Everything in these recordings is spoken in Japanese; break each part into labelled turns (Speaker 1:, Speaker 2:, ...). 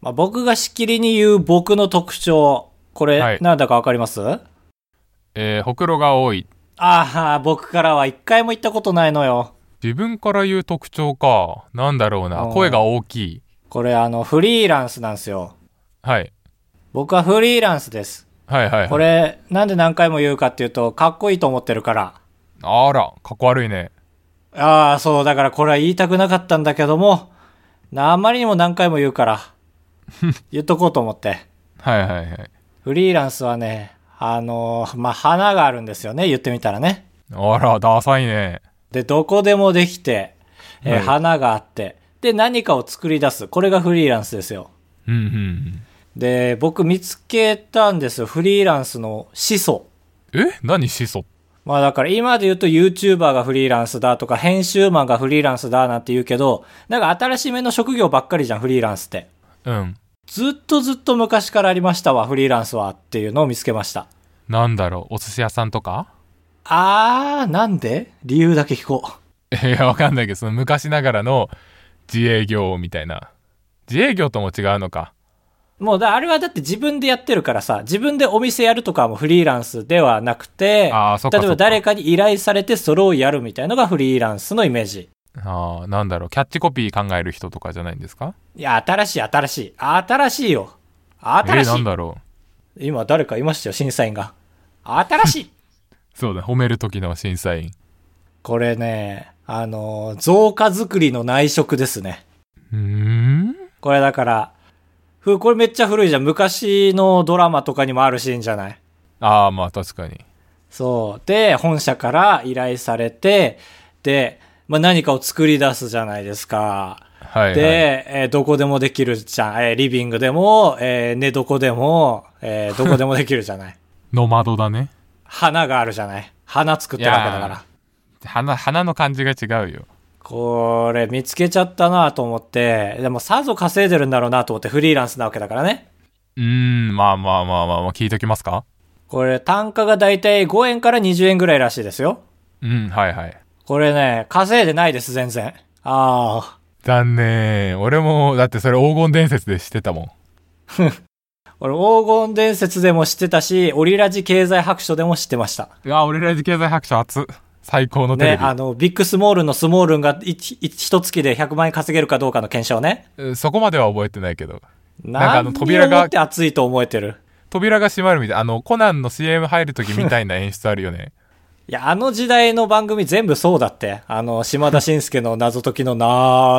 Speaker 1: まあ、僕がしきりに言う僕の特徴。こ
Speaker 2: は
Speaker 1: れ
Speaker 2: い、
Speaker 1: なんだかわかります、
Speaker 2: えーほくろが多い。
Speaker 1: ああ、僕からは一回も言ったことないのよ。
Speaker 2: 自分から言う特徴か。なんだろうな。
Speaker 1: うん
Speaker 2: 声が大きい。
Speaker 1: これ、あの、フリーランスなんですよ。
Speaker 2: はい。
Speaker 1: 僕はフリーランスです。
Speaker 2: はいはい、
Speaker 1: こ
Speaker 2: はい。
Speaker 1: れ、なんで何回も言うかっていうと、かっこいいと思ってるから。
Speaker 2: あら、かっこ悪いね。
Speaker 1: ああ、そう、だからこれは言いたくなかったんだけども、なあまりにも何回も言う から、言っとこうと思って。
Speaker 2: はいはいはい。
Speaker 1: フリーランスはね、あのーまあ、花があるんですよね、言ってみたらね。
Speaker 2: あら、ダサいね。
Speaker 1: で、どこでもできて、えー
Speaker 2: はい
Speaker 1: 花があって、で、何かを作り出す。これがフリーランスですよ。
Speaker 2: うんうん
Speaker 1: で、僕見つけたんですよ。フリーランスの始祖。
Speaker 2: うん。え何始祖
Speaker 1: まあだから今で言うと YouTuber がフリーランスだとか編集マンがフリーランスだなんて言うけど、なんか新しめの職業ばっかりじゃん、フリーランスって。
Speaker 2: うん。
Speaker 1: ずっとずっと昔からありましたわ、フリーランスはっていうのを見つけました。
Speaker 2: なんだろう。お寿司屋さんとか
Speaker 1: あー、なんで理由だけ聞こう。
Speaker 2: いや、わかんないけど、その昔ながらの自営業みたいな。自営業とも違うのか。
Speaker 1: もうだ、あれはだって自分でやってるからさ、自分でお店やるとかはもうフリーランスではなくて、
Speaker 2: あーそっか
Speaker 1: 例え
Speaker 2: そ
Speaker 1: ば
Speaker 2: っか
Speaker 1: 誰かに依頼されてそれをやるみたいのがフリーランスのイメージ。
Speaker 2: ああ、なんだろう。キャッチコピー考える人とかじゃないんですか
Speaker 1: いや、新しい、新しい。新しいよ。新
Speaker 2: えー
Speaker 1: し。
Speaker 2: ないんだろ
Speaker 1: 今誰かいましたよ、審査員が。新しい
Speaker 2: う。そうだ、褒める時の審査員。
Speaker 1: これね、あのー、増加作りの内職ですね。
Speaker 2: うーん
Speaker 1: これだから、ふ、これめっちゃ古いじゃん。昔のドラマとかにもあるシーンじゃない
Speaker 2: ああ、まあ確かに。
Speaker 1: そう。で、本社から依頼されて、で、まあ、何かを作り出すじゃないですか。
Speaker 2: はい、はい。
Speaker 1: で、えーどこでもできるじゃん。えーリビングでも、えー寝床でも、え ーどこでもできるじゃない。
Speaker 2: ノマドだね。
Speaker 1: 花があるじゃない。花作ってるわけだか
Speaker 2: い
Speaker 1: ら
Speaker 2: や。花、花の感じが違うよ。
Speaker 1: これ見つけちゃったなと思って、でもさぞ稼いでるんだろうなと思ってフリーランスなわけだからね。
Speaker 2: うーん、まあまあまあまあ、まあ、聞いときますか
Speaker 1: これ単価がだいたい5円から20円ぐらいらしいですよ。
Speaker 2: うん、はいはい。
Speaker 1: これね、稼いでないです、全然。ああ。
Speaker 2: 残念。俺も、だってそれ黄金伝説でしてたもん。
Speaker 1: 俺、黄金伝説でも知ってたし、オリラジ経済白書でも知ってました。
Speaker 2: うわ、俺らじ経済白書熱っ。最高のテレ
Speaker 1: ね
Speaker 2: ビ、。
Speaker 1: あの、ビッグスモールンのスモールンが一一一月で100万円稼げるかどうかの検証ね。
Speaker 2: そこまでは覚えてないけど。
Speaker 1: なん
Speaker 2: んか
Speaker 1: か
Speaker 2: あの扉が
Speaker 1: って熱いと思えてる。
Speaker 2: 扉が閉まるみたい。あの、コナンの CM 入るときみたいな演出あるよね。
Speaker 1: いや、あの時代の番組全部そうだって。あの、島田紳介の謎解きのな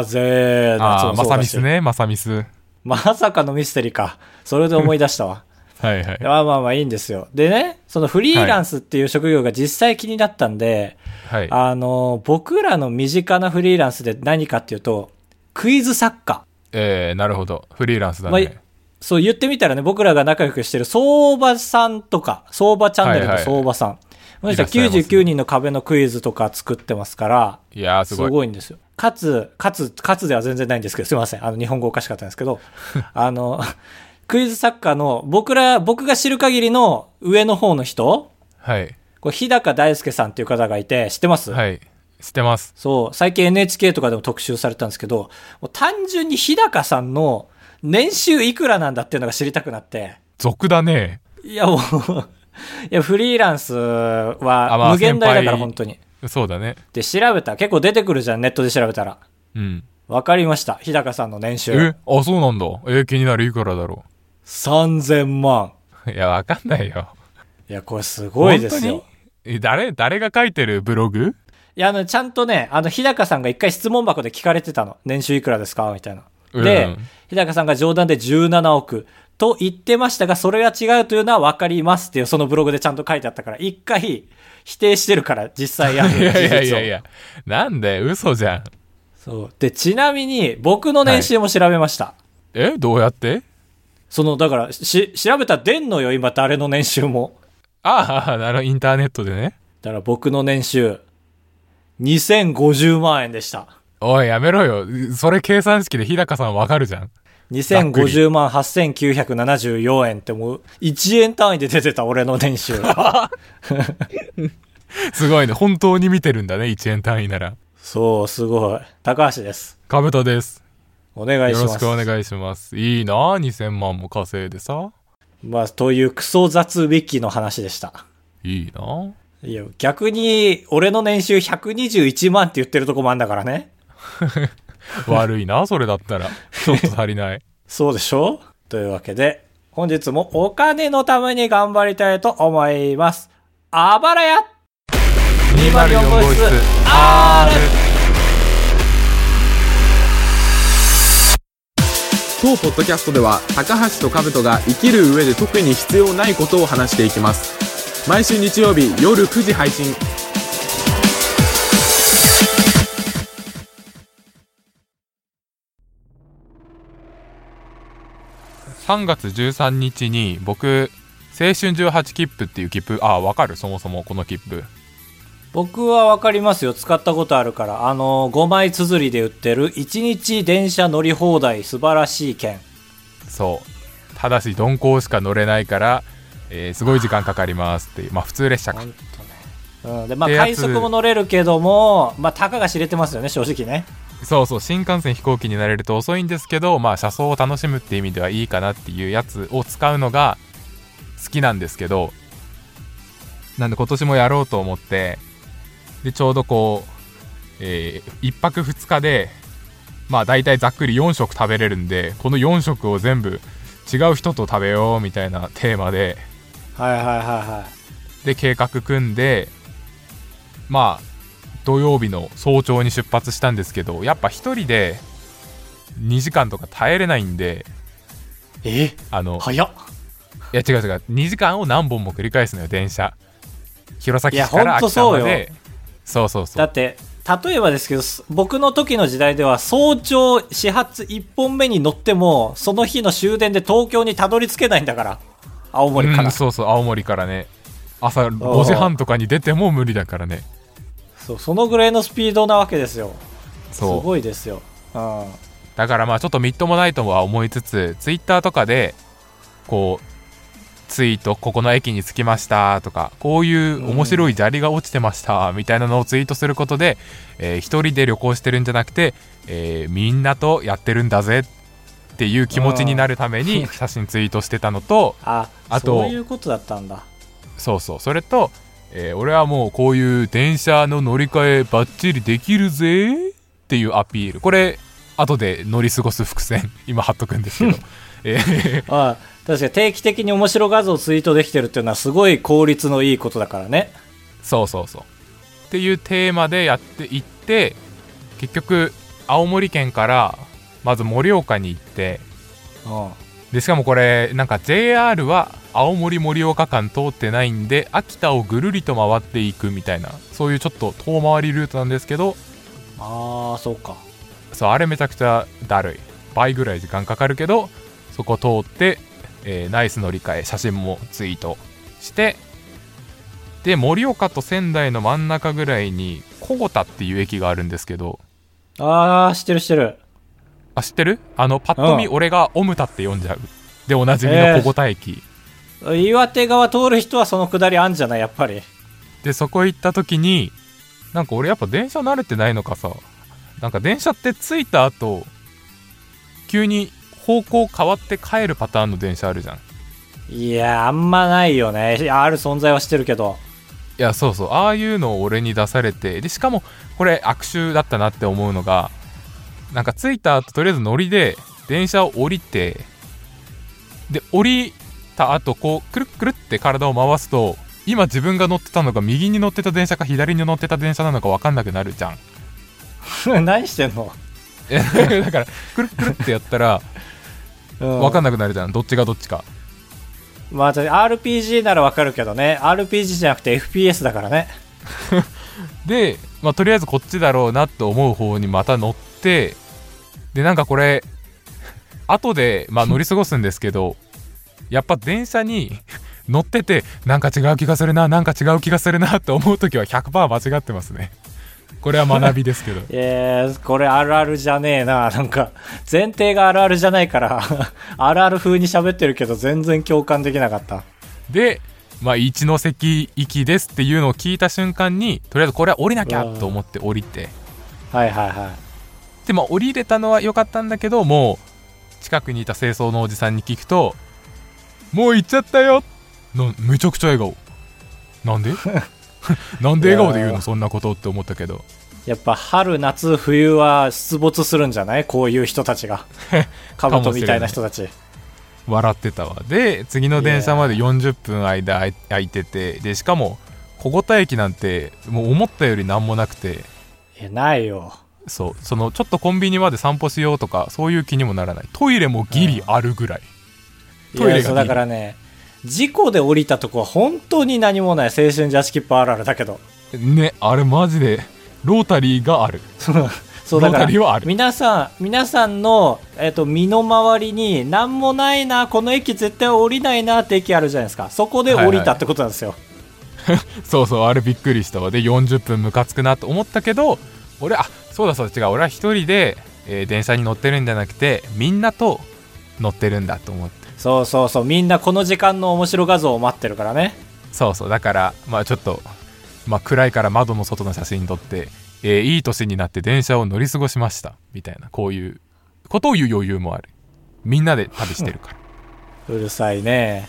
Speaker 1: ーぜーのやつ
Speaker 2: ああ、
Speaker 1: も
Speaker 2: ま
Speaker 1: そう
Speaker 2: さ
Speaker 1: だ
Speaker 2: み
Speaker 1: し。
Speaker 2: すね、まさみす。
Speaker 1: まさかのミステリーか。それで思い出したわ。
Speaker 2: はいはい。
Speaker 1: まあまあまあいいんですよ。でね、そのフリーランスっていう職業が実際気になったんで、
Speaker 2: はい。
Speaker 1: あの、僕らの身近なフリーランスで何かっていうと、クイズ作家。
Speaker 2: えー、なるほど。フリーランスだ
Speaker 1: まあ
Speaker 2: ね。
Speaker 1: そう言ってみたらね、僕らが仲良くしてる相場さんとか、相場チャンネルの相場さん。もしかしたら
Speaker 2: いらっしゃいますね
Speaker 1: 99人の壁のクイズとか作ってますから、
Speaker 2: いやー、
Speaker 1: す
Speaker 2: すごい。
Speaker 1: ごいんですよ。かつ、かつ、かつでは全然ないんですけど、すいません。あの、日本語おかしかったんですけ ど、あの、クイズ作家の、僕ら、僕が知る限りの上の方の人、
Speaker 2: はい。
Speaker 1: これ日高大輔さんっていう方がいて、知ってます
Speaker 2: はい。知ってます。
Speaker 1: そう、最近 NHK とかでも特集されたんですけど、もう単純に日高さんの年収いくらなんだっていうのが知りたくなって、
Speaker 2: 俗だね。
Speaker 1: いやもう、いやフリーランス
Speaker 2: あま
Speaker 1: は
Speaker 2: あ
Speaker 1: 無限大だから
Speaker 2: 先輩
Speaker 1: 本当に。
Speaker 2: そうだね。
Speaker 1: で、調べたら結構出てくるじゃん、ネットで調べたら。
Speaker 2: うん。
Speaker 1: わかりました。日高さんの年収
Speaker 2: え。あ、そうなんだ。えー、気になる。いくらだろ
Speaker 1: 3000万。
Speaker 2: う。いや、わかんないよ。
Speaker 1: いや、これすごいです
Speaker 2: 本
Speaker 1: よ
Speaker 2: 当。にえ誰、誰が書いてるブログ
Speaker 1: いや、あの、ちゃんとね、あの、日高さんが一回質問箱で聞かれてたの。年収いくらですかみたいな。で、
Speaker 2: うん
Speaker 1: 日高さんが冗談で17億と言ってましたが、それが違うというのは分かりますっていう、そのブログでちゃんと書いてあったから、一回否定してるから、実際やる
Speaker 2: いやいや
Speaker 1: 事
Speaker 2: い
Speaker 1: 実を
Speaker 2: やいや。なんで、嘘じゃん。
Speaker 1: そう。で、ちなみに、僕の年収も調べました。
Speaker 2: えどうやって
Speaker 1: その、だから、し、調べたら出んのよ、今、誰の年収も。
Speaker 2: ああ、なるほどインターネットでね。
Speaker 1: だから僕の年収、2050万円でした。
Speaker 2: おい、やめろよ。それ計算式で日高さんわかるじゃん。
Speaker 1: 2050万8974円ってもう1円単位で出てた俺の年 収
Speaker 2: すごいね。本当に見てるんだね、1円単位なら。
Speaker 1: そうすごい高橋です
Speaker 2: かぶとです。
Speaker 1: お願い
Speaker 2: よ
Speaker 1: し
Speaker 2: ろ
Speaker 1: ま
Speaker 2: し
Speaker 1: す。
Speaker 2: くお願いします。いいなあ、2000万も稼いでさ。
Speaker 1: まあ、というクソ雑ウィキの話でした。
Speaker 2: いいない
Speaker 1: や、逆に、俺の年収121万って言ってるとこもあんだからね。
Speaker 2: あ。悪いな、それだったら。ちょっと足りない。
Speaker 1: そうでしょというわけで、本日もお金のために頑張りたいと思います。あばらや
Speaker 2: 204号室 R!
Speaker 3: 当ポッドキャストでは高橋と兜が生きる上で特に必要ないことを話していきます毎週日曜日夜9時配信
Speaker 2: 3月13日に僕、青春18切符っていう切符、あ、わかるそもそもこの切符。
Speaker 1: 僕はわかりますよ。使ったことあるから。あの、5枚綴りで売ってる、1日電車乗り放題素晴らしい券。
Speaker 2: そう。ただし、鈍行しか乗れないから、えーすごい時間かかりますっていう。まあ、普通列車か
Speaker 1: ほ。んとね。うん。で、まあ、
Speaker 2: でやつ
Speaker 1: 快速も乗れるけども、まあ、たかが知れてますよね、正直ね。
Speaker 2: そうそう新幹線飛行機に慣れると遅いんですけどまあ車窓を楽しむっていう意味ではいいかなっていうやつを使うのが好きなんですけどなんで今年もやろうと思ってでちょうどこう、え1泊2日でまあ大体ざっくり4食食べれるんでこの4食を全部違う人と食べようみたいなテーマで
Speaker 1: はいはいはいはい。
Speaker 2: で計画組んでまあ土曜日の早朝に出発したんですけどやっぱ一人で2時間とか耐えれないんで
Speaker 1: え
Speaker 2: あの、い、
Speaker 1: 早っ
Speaker 2: や違う違う2時間を何本も繰り返すのよ電車弘前
Speaker 1: いや
Speaker 2: 市から
Speaker 1: ほんと
Speaker 2: 秋田
Speaker 1: そう
Speaker 2: ま
Speaker 1: よ
Speaker 2: でそうそうそ
Speaker 1: だ
Speaker 2: う
Speaker 1: って例えばですけどす僕の時の時代では早朝始発1本目に乗ってもその日の終電で東京にたどり着けないんだから青森から、
Speaker 2: うん
Speaker 1: そ
Speaker 2: そうそう青森からね朝5時半とかに出ても無理だからね
Speaker 1: うそのぐらいのスピードなわけですよす
Speaker 2: そう
Speaker 1: ごいですよ、うん、はい
Speaker 2: だからまあちょっとみっともないとは思いつつツイッターとかでこうツイートここの駅に着きましたとかこういう面白い砂利が落ちてましたみたいなのをツイートすることで、えー一人で旅行してるんじゃなくて、えーみんなとやってるんだぜっていう気持ちになるために写真ツイートしてたのと
Speaker 1: あ
Speaker 2: あ
Speaker 1: そ
Speaker 2: と
Speaker 1: ういうことだったんだ
Speaker 2: そうそうそれと、えー俺はもうこういう電車の乗り換えバッチリできるぜっていうアピールこれ後で乗り過ごす伏線 今貼っとくんですけど、えー
Speaker 1: あ確かに定期的に面白画像をツイートできてるっていうのはすごい効率のいいことだからね
Speaker 2: そうそうそうっていうテーマでやっていって結局青森県からまず盛岡に行って
Speaker 1: うん
Speaker 2: でしかもこれなんか JR は青森盛岡間通ってないんで秋田をぐるりと回っていくみたいなそういうちょっと遠回りルートなんですけど
Speaker 1: ああそうか
Speaker 2: そうあれめちゃくちゃだるい倍ぐらい時間かかるけどそこ通って、えーナイス乗り換え写真もツイートしてで盛岡と仙台の真ん中ぐらいに小田っていう駅があるんですけど
Speaker 1: ああ知ってる知ってる
Speaker 2: あ知ってるあのパッと見
Speaker 1: う
Speaker 2: 俺がオムタって呼んじゃうでおなじみの小田駅、
Speaker 1: 岩手側通る人はそのくだりあんじゃないやっぱり
Speaker 2: でそこ行った時になんか俺やっぱ電車慣れてないのかさなんか電車って着いた後急に方向変わって帰るパターンの電車あるじゃん
Speaker 1: いやあんまないよねいやある存在はしてるけど
Speaker 2: いやそうそうああいうのを俺に出されてでしかもこれ悪臭だったなって思うのがなんか着いた後とりあえず乗りで電車を降りてで降りた後こうくるっくるって体を回すと今自分が乗ってたのが右に乗ってた電車か左に乗ってた電車なのか分かんなくなるじゃん
Speaker 1: 何してんの
Speaker 2: えだからくるっくるってやったら分かん
Speaker 1: ない
Speaker 2: なくなるじゃんどっちがどっちか
Speaker 1: まあ私 RPG ならわかるけどね RPG じゃなくて FPS だからね
Speaker 2: で、まあ、とりあえずこっちだろうなと思う方にまた乗ってでなんかこれ 後でまあ乗り過ごすんですけどやっぱ電車に 乗っててなんか違う気がするななんか違う気がするなと思う時は100%間違ってますねこれは学びですけど
Speaker 1: えー、これあるあるじゃねえな なんか前提があるあるじゃないから あるある風に喋ってるけど全然共感できなかった
Speaker 2: で、まあ、一ノ関行きですっていうのを聞いた瞬間にとりあえずこれは降りなきゃと思って降りて
Speaker 1: はいはいは
Speaker 2: って、まあ、降りれたのは良かったんだけどもう近くにいた清掃のおじさんに聞くと「もう行っちゃったよ!」なめちゃくちゃ笑顔な んで なんで笑顔で言う
Speaker 1: いや
Speaker 2: のそんなことって思ったけど
Speaker 1: やっぱ春夏冬は出没するんじゃないこういう人たちがカブトみたいな人たち
Speaker 2: 笑ってたわで次の電車まで40分間あい空いててでしかも小五田駅なんてもう思ったより何もなくて
Speaker 1: いやないよ
Speaker 2: そうそのちょっとコンビニまで散歩しようとかそういう気にもならないトイレもギリあるぐらい、
Speaker 1: い
Speaker 2: トイレが
Speaker 1: やそうだからね事故で降りたとこは本当に何もない青春ジャスキップあるあるだけど
Speaker 2: ねあれマジでロータリーがある
Speaker 1: そうだか
Speaker 2: ロータリーはあ
Speaker 1: ら
Speaker 2: る
Speaker 1: 皆さん皆さんの、えっと身の回りに何もないなこの駅絶対降りないなって駅あるじゃないですかそこで降りたってことなんですよ、
Speaker 2: そうそうあれびっくりしたわで40分ムカつくなと思ったけど俺あそうだそうだ違う俺は一人で、えー電車に乗ってるんじゃなくてみんなと乗ってるんだと思って
Speaker 1: そうそうそうみんなこの時間の面白画像を待ってるからね
Speaker 2: そうそうだからまあちょっと、まあ、暗いから窓の外の写真撮って、えーいい年になって電車を乗り過ごしましたみたいなこういうことを言う余裕もあるみんなで旅してるから
Speaker 1: うるさいね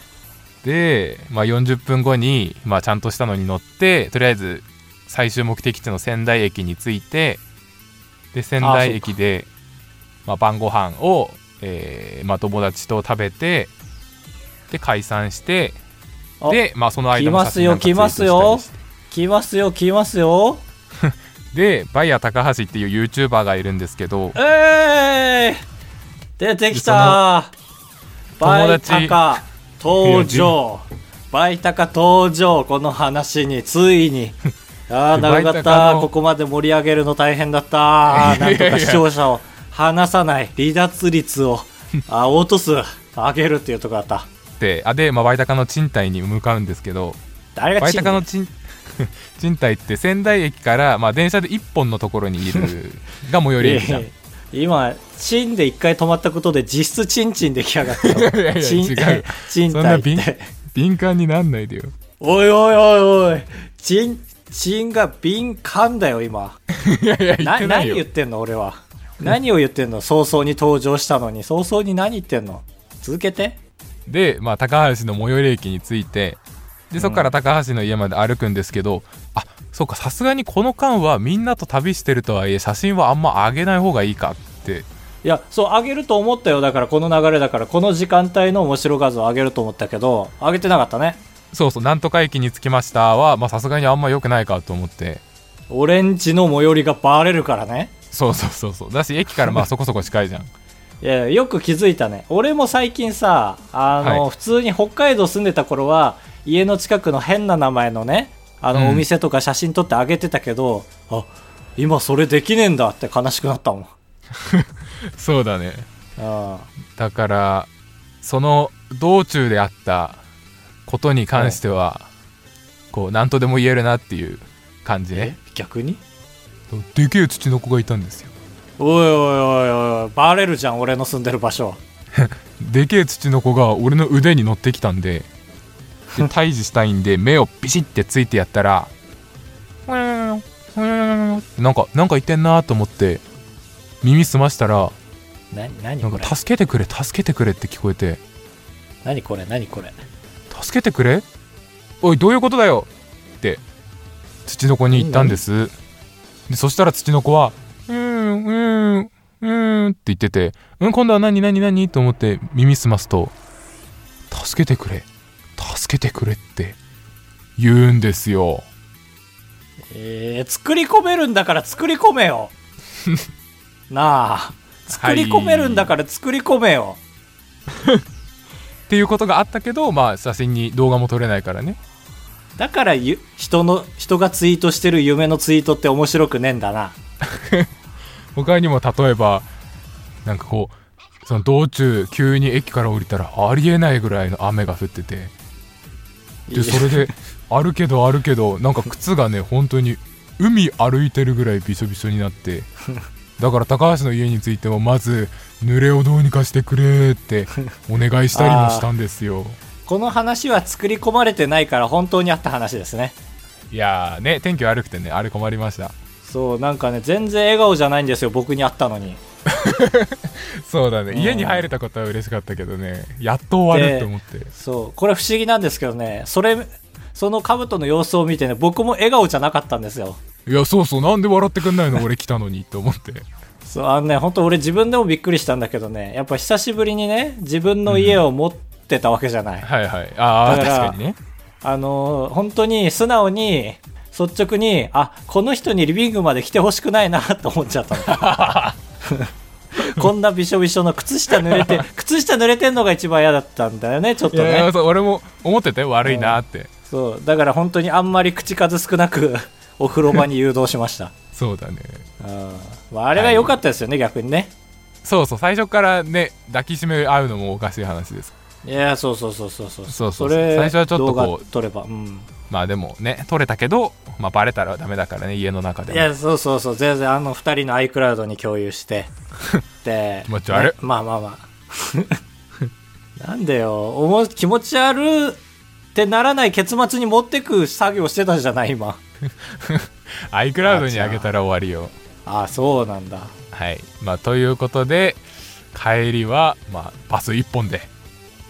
Speaker 2: で、まあ、40分後に、まあ、ちゃんとしたのに乗ってとりあえず最終目的地の仙台駅に着いてで仙台駅でまあ、晩ご飯を、えーまあ、友達と食べてで解散して
Speaker 1: あ
Speaker 2: で、まあ、その間の写真なんか
Speaker 1: 来ますよ
Speaker 2: ツイートしたり
Speaker 1: 来ますよ
Speaker 2: して
Speaker 1: 来ますよ来ますよ
Speaker 2: でバイヤー高橋っていう YouTuber がいるんですけど
Speaker 1: えーい出てきた
Speaker 2: その
Speaker 1: バ
Speaker 2: 友
Speaker 1: イ
Speaker 2: 達
Speaker 1: タカ登場バイタカ登場この話につい にああ長か
Speaker 2: バ
Speaker 1: っ
Speaker 2: イタカ
Speaker 1: た
Speaker 2: の
Speaker 1: ここまで盛り上げるの大変だったあー
Speaker 2: いや
Speaker 1: ないん
Speaker 2: やいや
Speaker 1: とか視聴者を離さない離脱率 をあー落とす上げるっていうとこだった
Speaker 2: ってあで、まあ、バイタカの賃貸に向かうんですけど
Speaker 1: 誰
Speaker 2: バ
Speaker 1: が
Speaker 2: イ
Speaker 1: チ
Speaker 2: タ
Speaker 1: ン
Speaker 2: カの賃 賃貸って仙台駅から、まあ、電車で1本のところに いるが最寄り駅じゃん。い
Speaker 1: 今チンで一回止まったことで実質チンチン出来上がったよ
Speaker 2: やいや
Speaker 1: チン
Speaker 2: 違う
Speaker 1: 賃
Speaker 2: そんな
Speaker 1: 貸っ
Speaker 2: 敏
Speaker 1: て
Speaker 2: 敏感になんないでよ。
Speaker 1: おいおいおいおい、チン、チンが敏感だよ、今。
Speaker 2: いやい や言っ
Speaker 1: な
Speaker 2: てな
Speaker 1: 何
Speaker 2: い
Speaker 1: 言っ
Speaker 2: よ。
Speaker 1: てんの、俺 は。何を言ってんの、早々に登場したのに、早々に何言ってんの。続けて。
Speaker 2: で、まあ、高橋の最寄り駅に着いてでそこから高橋の家まで歩くんですけど、あそうかさすがにこの間はみんなと旅してるとはいえ写真はあんま上げない方がいいかって
Speaker 1: いや、そう、あげると思ったよ。だから、この流れだから、この時間帯の面白画像あげると思ったけど、あげてなかったね。
Speaker 2: そうそう、なんとか駅に着きましたは、まあさすがにあんま良くないかと思って。
Speaker 1: 俺んちの最寄りがバレるからね。
Speaker 2: そうそうそうそう。だし、駅からまあそこそこ近い じゃん。
Speaker 1: いやよく気づいたね俺も最近さあの、
Speaker 2: はい
Speaker 1: 普通に北海道住んでた頃は家の近くの変な名前のねあの、
Speaker 2: うん
Speaker 1: お店とか写真撮ってあげてたけどあ今それできねえんだって悲しくなったもん
Speaker 2: そうだね。
Speaker 1: あ
Speaker 2: だから、その道中であったことに関しては、こう、なんとでも言えるなっていう感じ
Speaker 1: え
Speaker 2: ね。
Speaker 1: 逆に
Speaker 2: でけえ土の子がいたんですよ。
Speaker 1: おいおいおいおいバレるじゃん俺の住んでる場所
Speaker 2: でけえ土の子が俺の腕に乗ってきたんで、 で退治したいんで、目をビシッてついてやった ら、なんか、なんか言ってんなと思って、耳澄ましたら、
Speaker 1: な何
Speaker 2: なん
Speaker 1: これ
Speaker 2: か助けてくれ助けてくれって聞こえて
Speaker 1: 何これ何これ
Speaker 2: 助けてくれおいどういうことだよって土の子に言ったんですでそしたら土の子はうーんうーんうーんって言っててうん今度は何何何と思って耳すますと助けてくれ助けてくれって言うんですよ
Speaker 1: えー、作り込めるんだから作り込め よなあ作り込めるんだから作り込めよ、
Speaker 2: っていうことがあったけどまあ写真に動画も撮れないからね
Speaker 1: だからゆ人の人がツイートしてる夢のツイートって面白くねえんだな
Speaker 2: 他にも例えばなんかこうその道中急に駅から降りたらありえないぐらいの雨が降っててでそれであるけどあるけどなんか靴がね本当に海歩いてるぐらいびしょびしょになって だから高橋の家についてもまず濡れをどうにかしてくれってお願いしたりもしたんですよ
Speaker 1: この話は作り込まれてないから本当にあった話ですね
Speaker 2: いやーね天気悪くてねあれ困りました
Speaker 1: そうなんかね全然笑顔じゃないんですよ僕に会ったのに
Speaker 2: そうだね、
Speaker 1: うん
Speaker 2: 家に入れたことは嬉しかったけどねやっと終わると思って
Speaker 1: そうこれ不思議なんですけどねそれその兜の様子を見てね僕も笑顔じゃなかったんですよ
Speaker 2: いやそうそうなんで笑ってくんないの俺来たのにと思って
Speaker 1: そうあのね本当俺自分でもびっくりしたんだけどねやっぱ久しぶりにね自分の家を持ってたわけじゃない、
Speaker 2: はいはいああ
Speaker 1: だ
Speaker 2: 確
Speaker 1: から
Speaker 2: かにね
Speaker 1: あのー本当に素直に率直にあこの人にリビングまで来てほしくないなと思っちゃったの こんなびしょびしょの靴下濡れて靴下濡れてんのが一番嫌だったんだよねちょっ
Speaker 2: い
Speaker 1: と
Speaker 2: やい
Speaker 1: ね
Speaker 2: やそう俺も思ってたよ悪いなーって、
Speaker 1: そうだから本当にあんまり口数少なく お風呂場に誘導しました、
Speaker 2: そうだね
Speaker 1: うんまあ、あれが良かったですよね、逆にね
Speaker 2: そうそう最初からね抱きしめ合うのもおかしい話です
Speaker 1: いやそうそうそうそうそう
Speaker 2: そうそう
Speaker 1: れ
Speaker 2: 最初はちょっとこう
Speaker 1: 動画撮ればうん
Speaker 2: まあでもね取れたけど、まあ、バレたらダメだからね家の中で
Speaker 1: い
Speaker 2: も
Speaker 1: やそうそうそう全然あの2人の iCloud に共有して で
Speaker 2: 気持ち悪
Speaker 1: ね
Speaker 2: い
Speaker 1: まあまあまあ なんでよ思う気持ち悪ってならない結末に持ってく作業してたじゃない今
Speaker 2: iCloud にあげたら終わりよ
Speaker 1: ああそうなんだ
Speaker 2: はいまあということで帰りはまあパス1本で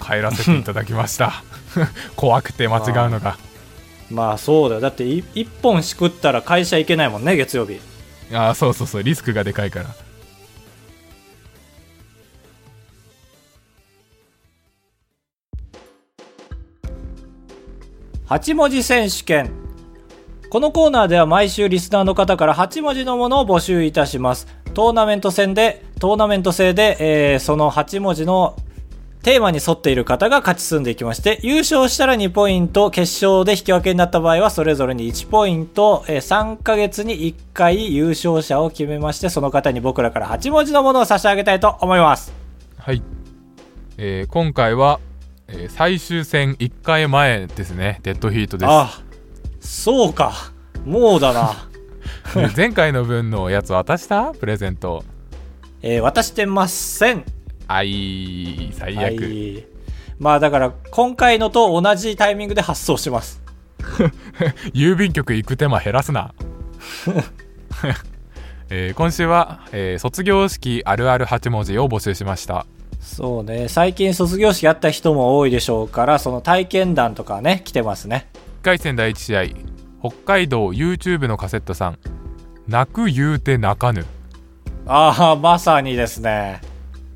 Speaker 2: 帰らせていただきました 怖くて間違うのが
Speaker 1: まあそうだよだって1本しくったら会社行けないもんね月曜日
Speaker 2: ああそうそうそうリスクがでかいから
Speaker 1: 8文字選手権このコーナーでは毎週リスナーの方から8文字のものを募集いたしますトーナメント戦でトーナメント制で、えーその8文字のテーマに沿っている方が勝ち進んでいきまして優勝したら2ポイント決勝で引き分けになった場合はそれぞれに1ポイント、えー3ヶ月に1回優勝者を決めましてその方に僕らから8文字のものを差し上げたいと思います
Speaker 2: はい、えー今回は、えー最終戦1回前ですねデッドヒートです
Speaker 1: ああそうかもうだな、
Speaker 2: ね 前回の分のやつ渡したプレゼント
Speaker 1: えー渡してません
Speaker 2: あい最悪、
Speaker 1: はい、まあだから今回のと同じタイミングで発送します
Speaker 2: 郵便局行く手間減らす な、えー今週は、えー卒業式あるある8文字を募集しました
Speaker 1: そうね最近卒業式やった人も多いでしょうからその体験談とかね来てますね
Speaker 2: 1回戦第1試合北海道 YouTube のカセットさん泣く言うて泣かぬ
Speaker 1: ああまさにですね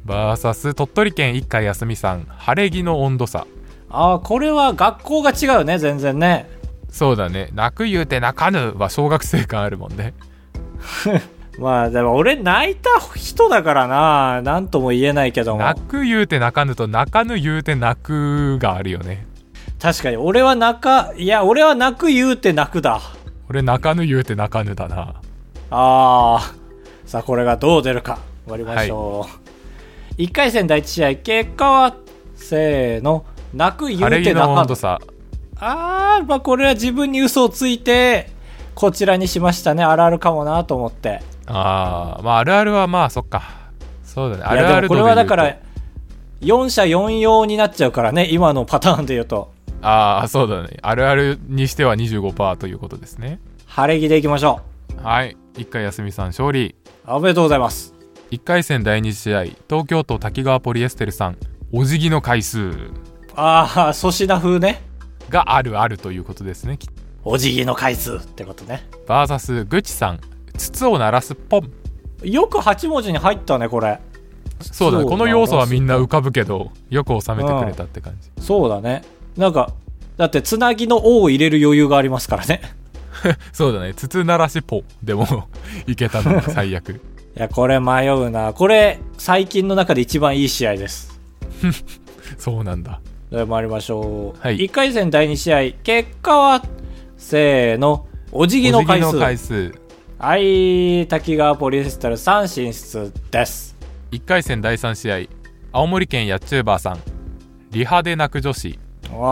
Speaker 2: VS 鳥取県一回休みさん晴れ着の温度差
Speaker 1: ああこれは学校が違うね全然ね
Speaker 2: そうだね泣く言うて泣かぬは小学生感あるもんね
Speaker 1: まあでも俺泣いた人だからな何とも言えないけども
Speaker 2: 泣く言うて泣かぬと泣かぬ言うて泣くがあるよね
Speaker 1: 確かに俺は泣かいや俺は泣く言うて泣くだ
Speaker 2: 俺泣かぬ言うて泣かぬだな
Speaker 1: ああさあこれがどう出るか割りましょう、一1回戦第1試合結果はせーの泣く言
Speaker 2: 晴
Speaker 1: う
Speaker 2: れ
Speaker 1: て
Speaker 2: 着
Speaker 1: な
Speaker 2: の
Speaker 1: か
Speaker 2: 温
Speaker 1: ん
Speaker 2: 度差
Speaker 1: あーまあこれは自分に嘘をついてこちらにしましたねあるあるかもなと思って
Speaker 2: ああまああるあるはまあそっかそうだねあ
Speaker 1: い
Speaker 2: る
Speaker 1: や
Speaker 2: あ
Speaker 1: で
Speaker 2: る
Speaker 1: もこ
Speaker 2: 度
Speaker 1: れ
Speaker 2: で
Speaker 1: は
Speaker 2: 言
Speaker 1: だ
Speaker 2: う
Speaker 1: から
Speaker 2: と
Speaker 1: 4者4用になっちゃうからね今のパターンで言うと
Speaker 2: ああそうだねあるあるにしては25%ということですね
Speaker 1: 晴れ着でいきましょ
Speaker 2: はい一回休みさん勝利
Speaker 1: うおめでとうございます
Speaker 2: 1回戦第2試合東京都滝川ポリエステルさんお辞儀の回数
Speaker 1: ああ粗品風ね
Speaker 2: があるあるということですねき
Speaker 1: お辞儀の回数ってことね
Speaker 2: VS ぐちさん筒を鳴らすポン
Speaker 1: よく8文字に入ったねこれ
Speaker 2: そうだね
Speaker 1: そう
Speaker 2: この要素はみんな浮かぶけどよく収めてくれたって感じ
Speaker 1: そうだね。なんか、だって、つなぎの「お」を入れる余裕がありますからね。
Speaker 2: そうだね筒鳴らしポンでも いけたのが最悪
Speaker 1: いや、これ迷うな。これ、最近の中で一番いい試合です。
Speaker 2: そうなんだ
Speaker 1: では参りましょう。
Speaker 2: はい
Speaker 1: 1回戦第2試合、結果は、せーの、お辞儀の回数。
Speaker 2: お辞儀の回数
Speaker 1: はい、滝川ポリエステル3進出です。
Speaker 2: 1回戦第3試合青森県やっちゅーばーさんリハで泣く女子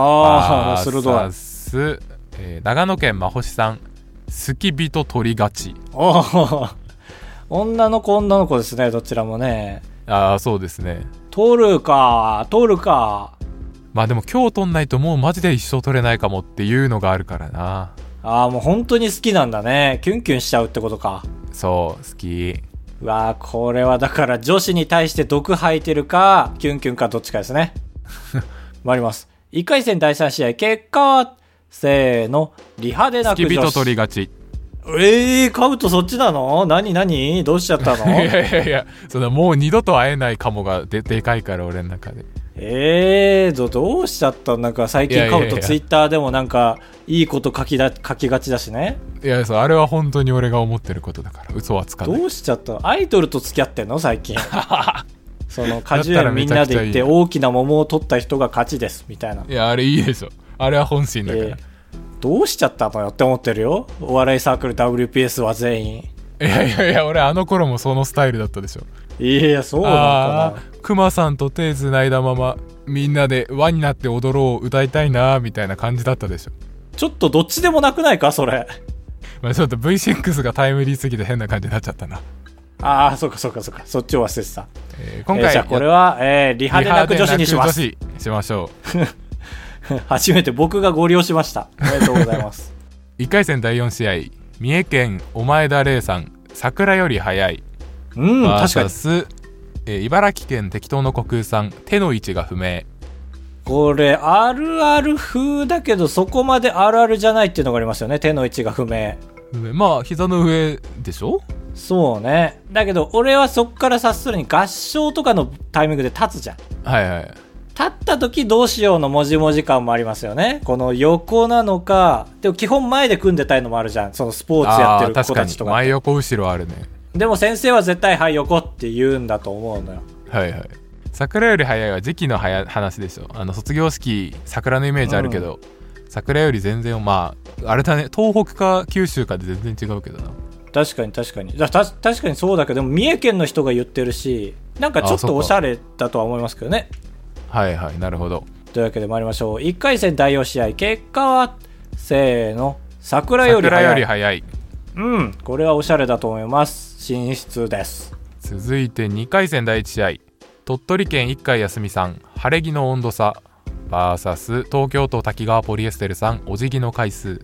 Speaker 1: ああ、
Speaker 2: バー
Speaker 1: 鋭い
Speaker 2: サ。スえー長野県まほしさん好き人取りがち
Speaker 1: おー 女の子、女の子ですね、どちらもね。
Speaker 2: ああそうですね
Speaker 1: 通るか、通るか。
Speaker 2: まあでも今日取んないともうマジで一生取れないかもっていうのがあるからな
Speaker 1: ああ、もう本当に好きなんだね。キュンキュンしちゃうってことか。
Speaker 2: そう好き
Speaker 1: うわあ、これはだから女子に対して毒吐いてるか、キュンキュンかどっちかです ね。参ります。1回戦第3試合、結果は、せーの、リ派手な
Speaker 2: 好
Speaker 1: く
Speaker 2: き
Speaker 1: 女
Speaker 2: 人取
Speaker 1: 子。
Speaker 2: りがち
Speaker 1: ええー、カブトそっちなの何何どうしちゃったの
Speaker 2: いやいやいやそのもう二度と会えないかもがででかいから俺の中で
Speaker 1: ええー、どどうしちゃったなんか最
Speaker 2: いや
Speaker 1: 近
Speaker 2: いや
Speaker 1: カ
Speaker 2: い
Speaker 1: ブ
Speaker 2: や
Speaker 1: トツイッターでもなんか、いいこと書きだ、書きがちだしね。
Speaker 2: いやそうあれは本当に俺が思ってることだから嘘はつかない
Speaker 1: どうしちゃったのアイドルと付き合ってんの最 近その果樹
Speaker 2: だっ
Speaker 1: 園
Speaker 2: たら
Speaker 1: み
Speaker 2: め
Speaker 1: ん
Speaker 2: ち
Speaker 1: な
Speaker 2: ゃくち
Speaker 1: で
Speaker 2: ゃい
Speaker 1: 行っ
Speaker 2: い
Speaker 1: て大きな桃を取った人が勝ちですみたいない
Speaker 2: やあれいいでしょあれは本心だから、
Speaker 1: えーどうしちゃったのよって思ってるよお笑いサークル WPS は全員
Speaker 2: いやいやいや俺あの頃もそのスタイルだったでしょ
Speaker 1: いやそうなの
Speaker 2: あ
Speaker 1: か
Speaker 2: あクマさんと手つないだままみんなで輪になって踊ろう歌いたいなみたいな感じだったでしょ、
Speaker 1: なちょっとどっちでもなくないかそれ
Speaker 2: まあ、ちょっと V6 がタイムリーすぎて変な感じになっちゃったな、
Speaker 1: ああそうかそうかそうかそっちを忘れてた、
Speaker 2: えー
Speaker 1: え
Speaker 2: 今
Speaker 1: ー
Speaker 2: 回、
Speaker 1: じゃあこれは、えーリ
Speaker 2: リ
Speaker 1: ハ
Speaker 2: ハで
Speaker 1: でなく女子にします
Speaker 2: 泣く女子しましょう
Speaker 1: 初めて僕がご利用しましたおめでとうございます
Speaker 2: 1回戦第4試合三重県お前田玲さん桜より早い
Speaker 1: うん確かに
Speaker 2: VS えー茨城県適当の国産手の位置が不明
Speaker 1: これあるある風だけどそこまであるあるじゃないっていうのがありますよね手の位置が不明
Speaker 2: まあ膝の上でしょ
Speaker 1: そうねだけど俺はそっから察するに合唱とかのタイミングで立つじゃん
Speaker 2: はいはい
Speaker 1: 立った時どうしようのもじもじ感もありますよねこの横なのかでも基本前で組んでたいのもあるじゃんそのスポーツやってる
Speaker 2: あー
Speaker 1: 子
Speaker 2: 確か
Speaker 1: た
Speaker 2: に
Speaker 1: ちとか
Speaker 2: 真横後ろあるね
Speaker 1: でも先生は絶対「はい横」って言うんだと思うのよ
Speaker 2: はいはい桜より早いは時期の早話でしょあの卒業式桜のイメージあるけど、桜より全然まああれだね東北か九州かで全然違うけどな
Speaker 1: 確かに確かにだた確かにそうだけどでも三重県の人が言ってるしなんかちょ
Speaker 2: あ
Speaker 1: っと
Speaker 2: そっか
Speaker 1: おしゃれだとは思いますけどね
Speaker 2: はいはいなるほど
Speaker 1: というわけで参りましょう1回戦第4試合結果はせーの桜より早
Speaker 2: 桜
Speaker 1: い
Speaker 2: より早い
Speaker 1: うんこれはおしゃれだと思います進出です
Speaker 2: 続いて2回戦第1試合鳥取県一回休みさん晴れ着の温度差 VS 東京都滝川ポリエステルさんお辞儀の回数
Speaker 1: う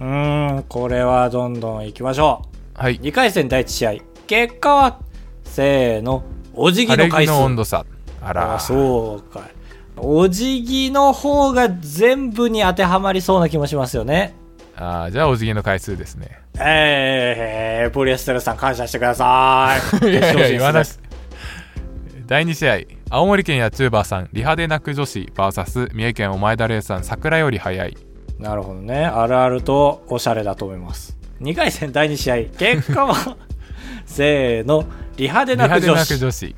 Speaker 1: ーんこれはどんどんいきましょ
Speaker 2: は
Speaker 1: う
Speaker 2: い
Speaker 1: 2回戦第1試合結果はせーのお辞儀
Speaker 2: 晴
Speaker 1: の
Speaker 2: れ着
Speaker 1: 回数
Speaker 2: の温度差あら
Speaker 1: あそうかお辞儀の方が全部に当てはまりそうな気もしますよね
Speaker 2: あーじゃあお辞儀の回数ですね
Speaker 1: えー、ポリエステルさん感謝してください
Speaker 2: いやいや
Speaker 1: 決
Speaker 2: 言
Speaker 1: 勝進出
Speaker 2: わな
Speaker 1: で
Speaker 2: く
Speaker 1: す
Speaker 2: 第2試合青森県やチューバーさんリハで泣く女子 VS 三重県お前田玲さん桜より早い
Speaker 1: なるほどね。あるあるとおしゃれだと思います。2回戦第2試合、結果 は、せーの、リハで
Speaker 2: リ
Speaker 1: な
Speaker 2: ハ
Speaker 1: く
Speaker 2: で
Speaker 1: 女
Speaker 2: 泣く
Speaker 1: 子。
Speaker 2: 女子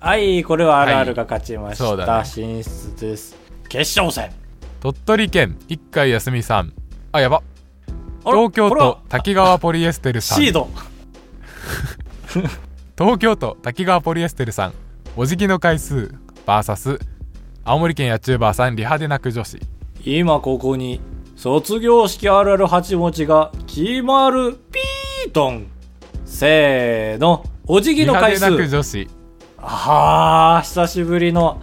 Speaker 1: はい、これはあるあるが勝ちました。
Speaker 2: はいそうだね
Speaker 1: 進出です。決勝戦。
Speaker 2: 鳥取県一回休みさんあやば
Speaker 1: あら
Speaker 2: 東京
Speaker 1: これ
Speaker 2: 都
Speaker 1: は
Speaker 2: 滝川ポリエステルさん
Speaker 1: シード。
Speaker 2: 東京都滝川ポリエステルさんお辞儀の回数 VS 青森県やチューバーさんリハで泣く女子
Speaker 1: 今ここに、卒業式あるある八文字が決まる、ピートン。せーの、お辞儀
Speaker 2: リ
Speaker 1: の
Speaker 2: ハ
Speaker 1: 回
Speaker 2: で
Speaker 1: 数
Speaker 2: 泣。く女子
Speaker 1: はあ、久しぶりの、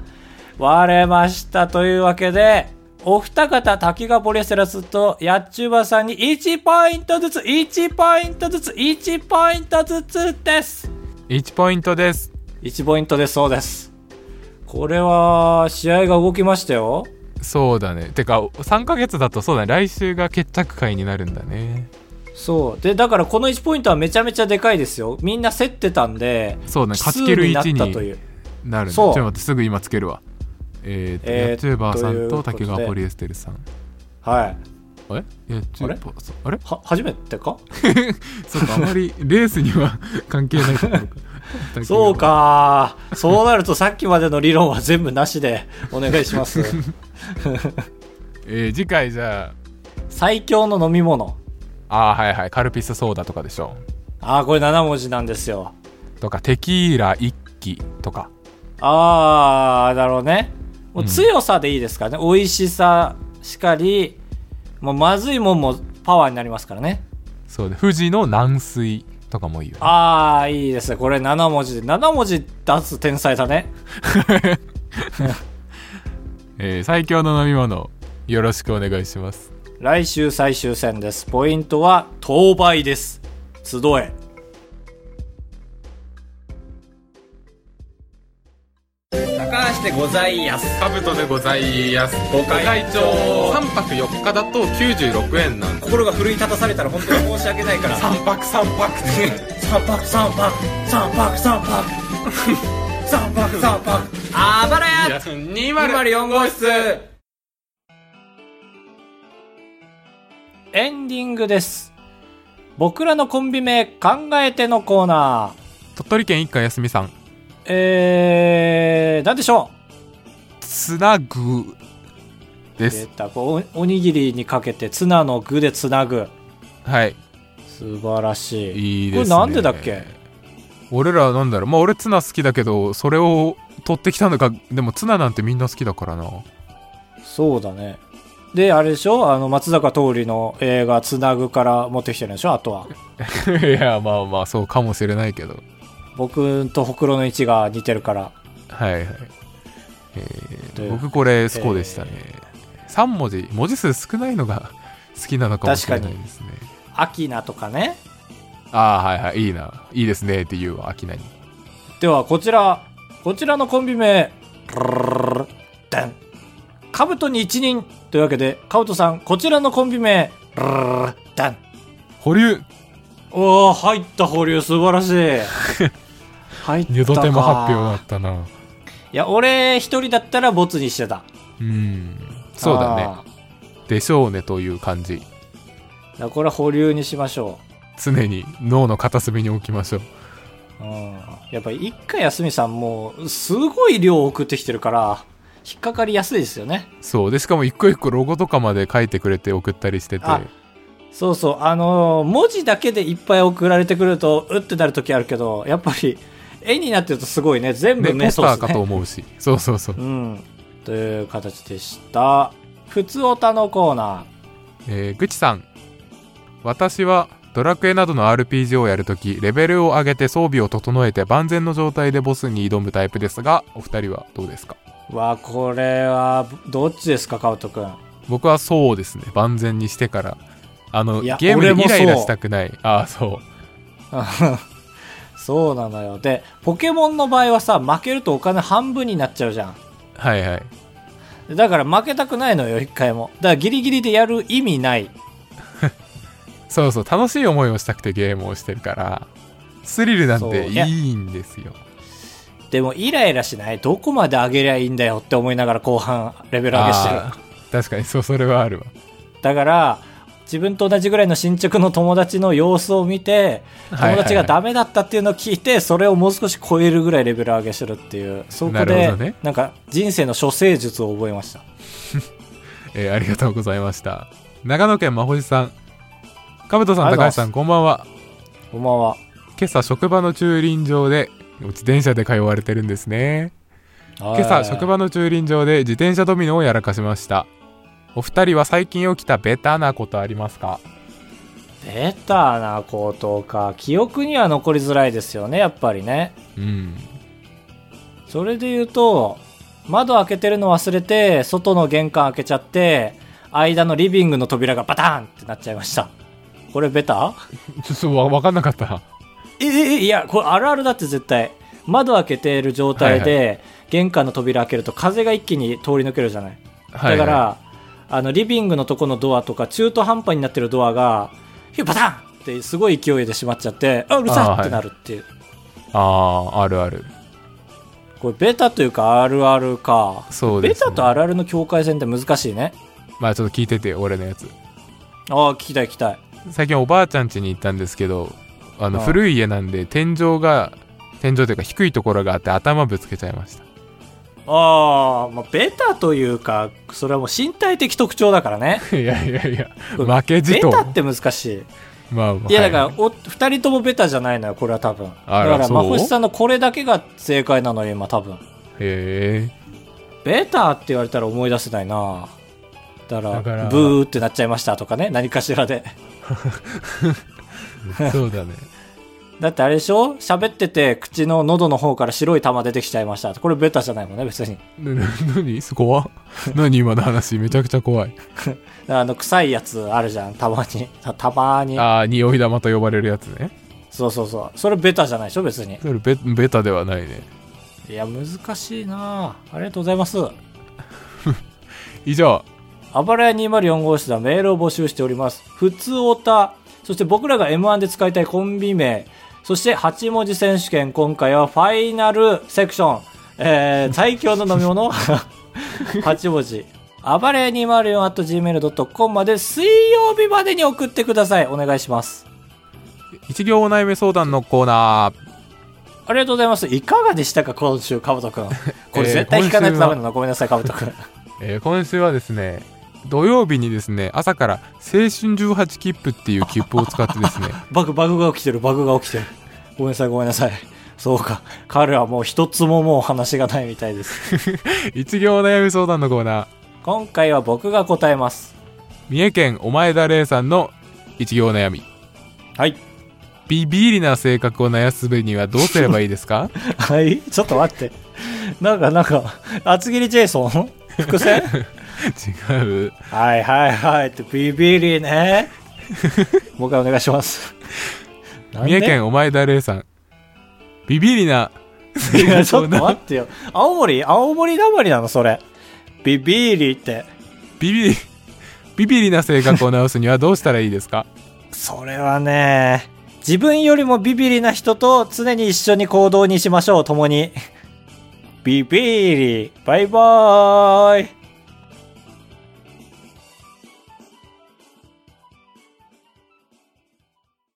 Speaker 1: 割れました。というわけで、お二方、滝川ポリエステラスと、やっちゅばさんに1ポイントずつ、1ポイントずつ、1ポイントずつです。
Speaker 2: 1ポイントです
Speaker 1: 1ポイントでそうです。これは、試合が動きましたよ。
Speaker 2: そうだねてか3ヶ月だとそうだね来週が決着会になるんだね
Speaker 1: そう。で、だからこの1ポイントはめちゃめちゃでかいですよ。みんな競ってたんで、
Speaker 2: そうね
Speaker 1: 奇
Speaker 2: 勝
Speaker 1: 数
Speaker 2: ち切る
Speaker 1: に
Speaker 2: 位
Speaker 1: なっ
Speaker 2: 置
Speaker 1: たとい
Speaker 2: に
Speaker 1: う。
Speaker 2: なるねち
Speaker 1: そ
Speaker 2: ょ
Speaker 1: う
Speaker 2: っと待ってすぐ今つけるわえーと
Speaker 1: えー
Speaker 2: やっチューバーさ
Speaker 1: とい
Speaker 2: ん
Speaker 1: うこととで
Speaker 2: 滝川ポリエステルさん
Speaker 1: はい。
Speaker 2: あれやっちゅーばーさんあれ
Speaker 1: は、初めてか
Speaker 2: そうかあま りレースには関係ないところか
Speaker 1: そうかそうなるとさっきまでの理論は全部なしでお願いします
Speaker 2: えー次回じゃあ
Speaker 1: 最強の飲み物
Speaker 2: ああはいはいカルピスソーダとかでしょ
Speaker 1: ああこれ7文字なんですよ
Speaker 2: とかテキーラ一気とか
Speaker 1: ああなるほどねもう
Speaker 2: うん
Speaker 1: 強さでいいですからね、美味しさしかりもうまずいもんもパワーになりますからね
Speaker 2: そうで富士の軟水とかもいいよ、ね、
Speaker 1: ああいいですねこれ7文字で7文字出す天才だね
Speaker 2: えー最強の飲み物よろしくお願いします
Speaker 1: 来週最終戦です。ポイントは、当倍です。集え。
Speaker 4: 高橋でございやす。
Speaker 3: カブトでございますご
Speaker 4: 会長
Speaker 3: 3泊4日だと96円なんで
Speaker 4: 心が奮い立たされたら本当に申し訳ないから。三泊三泊って。三泊三泊、三泊三泊。三泊三泊。あばらや204号室
Speaker 1: エンディングです。僕らのコンビ名、考えてのコーナー。
Speaker 2: 鳥取県一家休みさん
Speaker 1: えー、なんでしょ
Speaker 2: つなぐ
Speaker 1: う出
Speaker 2: です
Speaker 1: たこうおおにぎりにかけてツナの具でつなぐ
Speaker 2: はい
Speaker 1: 素晴らしい
Speaker 2: いいですね
Speaker 1: これなんでだっけ
Speaker 2: 俺らなんだろうまあ俺ツナ好きだけどそれを取ってきたのかでもツナなんてみんな好きだからな
Speaker 1: そうだねであれでしょあの松坂桃李の映画「つなぐ」から持ってきてるんでしょあと はい
Speaker 2: やまあまあそうかもしれないけど
Speaker 1: 僕とほくろの位置が似てるから
Speaker 2: はいはい、え
Speaker 1: とい
Speaker 2: ー、
Speaker 1: う
Speaker 2: 僕これスコでしたね、3文字文字数少ないのが好きなのかもしれないですね
Speaker 1: 「アキナ」とかね
Speaker 2: ああはいはいいいないいですねって言うわ秋菜に
Speaker 1: ではこちらこちらのコンビ名ダンカブトに一人というわけでカブトさんこちらのコンビ名ダン
Speaker 2: 保留
Speaker 1: おお入った保留素晴らしい入ったか
Speaker 2: 二度手も発表だったない
Speaker 1: や俺一人だったらボツにしてた
Speaker 2: うんそうだね
Speaker 1: あー
Speaker 2: でしょうねという感じ
Speaker 1: だからこれは保留にしましょ
Speaker 2: 常に脳の片隅に置きましょう
Speaker 1: う、うん、やっぱり一回休みさんもうすごい量送ってきてるから引っかかりやすいですよね
Speaker 2: そうでしかも一個一個ロゴとかまで書いてくれて送ったりしてて
Speaker 1: あそうそうあのー文字だけでいっぱい送られてくるとうってなる時あるけどやっぱり絵になってるとすごいね全
Speaker 2: ね
Speaker 1: 部
Speaker 2: ポ
Speaker 1: 目
Speaker 2: スタ
Speaker 1: そう
Speaker 2: ー
Speaker 1: で
Speaker 2: か
Speaker 1: す
Speaker 2: と
Speaker 1: ね
Speaker 2: 思うしそうそうそう
Speaker 1: うんという形でしたふつおたのコーナ
Speaker 2: えー、ぐちさん私はドラクエなどの RPG をやるときレベルを上げて装備を整えて万全の状態でボスに挑むタイプですがお二人はどうですか
Speaker 1: ーわこれはどっちですかカウト君
Speaker 2: 僕はそうですね万全にしてからあの
Speaker 1: いや
Speaker 2: ゲーム
Speaker 1: 俺も
Speaker 2: でイライラ
Speaker 1: そう
Speaker 2: したくないああそう
Speaker 1: そうなのよでポケモンの場合はさ負けるとお金半分になっちゃうじゃん
Speaker 2: はいはい
Speaker 1: でだから負けたくないのよ一回もだからギリギリでやる意味ない
Speaker 2: そうそう楽しい思いをしたくてゲームをしてるからスリルなん
Speaker 1: そう
Speaker 2: て
Speaker 1: い
Speaker 2: い
Speaker 1: や
Speaker 2: いんですよ
Speaker 1: でもイライラしないどこまで上げりゃいいんだよって思いながら後半レベル上げしてる
Speaker 2: あー確かにそうそれはあるわ
Speaker 1: だから自分と同じぐらいの進捗の友達の様子を見て
Speaker 2: はいはい
Speaker 1: 友達がダメだったっていうのを聞いてそれをもう少し超えるぐらいレベル上げしてるっていうそこ
Speaker 2: なるほ
Speaker 1: で
Speaker 2: どね
Speaker 1: なんか人生の処世術を覚えました
Speaker 2: えーありがとうございました長野県まほじさんかぶとさ
Speaker 1: あ
Speaker 2: ん
Speaker 1: りがとうございま
Speaker 2: 高橋
Speaker 1: す
Speaker 2: さんこんばんは
Speaker 1: こんばんは
Speaker 2: 今朝職場の駐輪場で自転車で通われてるんですね今朝職場の駐輪場で自転車ドミノをやらかしましたお二人は最近起きたベタなことありますか
Speaker 1: ベターなことか記憶には残りづらいですよねやっぱりね
Speaker 2: うん
Speaker 1: それで言うと窓開けてるの忘れて外の玄関開けちゃって間のリビングの扉がバタンってなっちゃいましたこれベタ
Speaker 2: ちょっとわわかんなかった
Speaker 1: えええいやこれあるあるだって絶対窓開けてる状態で、玄関の扉開けると風が一気に通り抜けるじゃないだから、あのリビングのとこのドアとか中途半端になってるドアがヒュッバタンってすごい勢いで閉まっちゃってあうる
Speaker 2: あー
Speaker 1: さ
Speaker 2: はい
Speaker 1: ってなるっていう、
Speaker 2: ああーあるある
Speaker 1: これベタというかあるあるか
Speaker 2: そうで
Speaker 1: ベ
Speaker 2: す、ね、
Speaker 1: タとあるあるの境界線って難しいね
Speaker 2: まあちょっと聞いてて俺のやつ
Speaker 1: ああ聞きたい聞きたい
Speaker 2: 最近おばあちゃん家に行ったんですけどあの
Speaker 1: ああ
Speaker 2: 古い家なんで天井が天井というか低いところがあって頭ぶつけちゃいました
Speaker 1: ああ、まあ、ベタというかそれはもう身体的特徴だからね
Speaker 2: いやいやいや
Speaker 1: これ
Speaker 2: 負けじ
Speaker 1: ベ
Speaker 2: と
Speaker 1: タって難しい
Speaker 2: まあまあ
Speaker 1: いやだから、
Speaker 2: はい
Speaker 1: お2人ともベタじゃないのよこれは多分だ
Speaker 2: あら
Speaker 1: から
Speaker 2: そう
Speaker 1: まほしさんのこれだけが正解なのよ今多分
Speaker 2: へ
Speaker 1: ベタって言われたら思い出せないなだから
Speaker 2: だから
Speaker 1: ブーって なっちゃいましたとかね何かしらで
Speaker 2: えそうだね
Speaker 1: だってあれでしょ喋ってて口の喉の方から白い玉出てきちゃいましたこれベタじゃないもんね別に
Speaker 2: なな何そこは何今の話めちゃくちゃ怖い
Speaker 1: あの臭いやつあるじゃんたまに たたまに
Speaker 2: ああ匂い玉と呼ばれるやつね
Speaker 1: そうそうそうそれベタじゃないでしょ別に
Speaker 2: それベベタではないね
Speaker 1: いや難しいなあありがとうございます
Speaker 2: 以上
Speaker 1: あばらや204号室ではメールを募集しております。普通おた、そして僕らが M1 で使いたいコンビ名、そして8文字選手権、今回はファイナルセクション、えー、最強の飲み物、8文字。あばれ 204.gmail.com まで水曜日までに送ってください。お願いします。
Speaker 2: 一行お悩み相談のコーナー
Speaker 1: ありがとうございます。いかがでしたか今週、かぶとくん。これ絶対聞かないとダメだな。ごめんなさい、かぶとくん。
Speaker 2: えー今週はですね土曜日にですね朝から青春18切符っていう切符を使ってで すね
Speaker 1: バグ、バグが起きてる、バグが起きてる。ごめんなさい、ごめんなさい。そうか。彼はもう一つももう話がないみたいです。
Speaker 2: 一行お悩み相談のコーナー
Speaker 1: 今回は僕が答えます。
Speaker 2: 三重県お前田玲さんの一行お悩み
Speaker 1: はい。
Speaker 2: ビビリな性格を悩すにはどうすればいいで すか
Speaker 1: はいちょっと待って。なんか、なんか、厚切りジェイソン伏線
Speaker 2: 違う
Speaker 1: はいはいはいってビビリね。もう一回お願いします。なんで
Speaker 2: 三重県お前田玲さんビビリない性
Speaker 1: や、ちょ
Speaker 2: 格
Speaker 1: っと
Speaker 2: をな
Speaker 1: 待ってよ。青森青森だまりなのそれ。ビビリって。
Speaker 2: ビビリビビリな性格を直すにはどうしたらいいですか
Speaker 1: それはね、自分よりもビビリな人と常に一緒に行動にしましょう、共に。ビビリ、バイバーイ。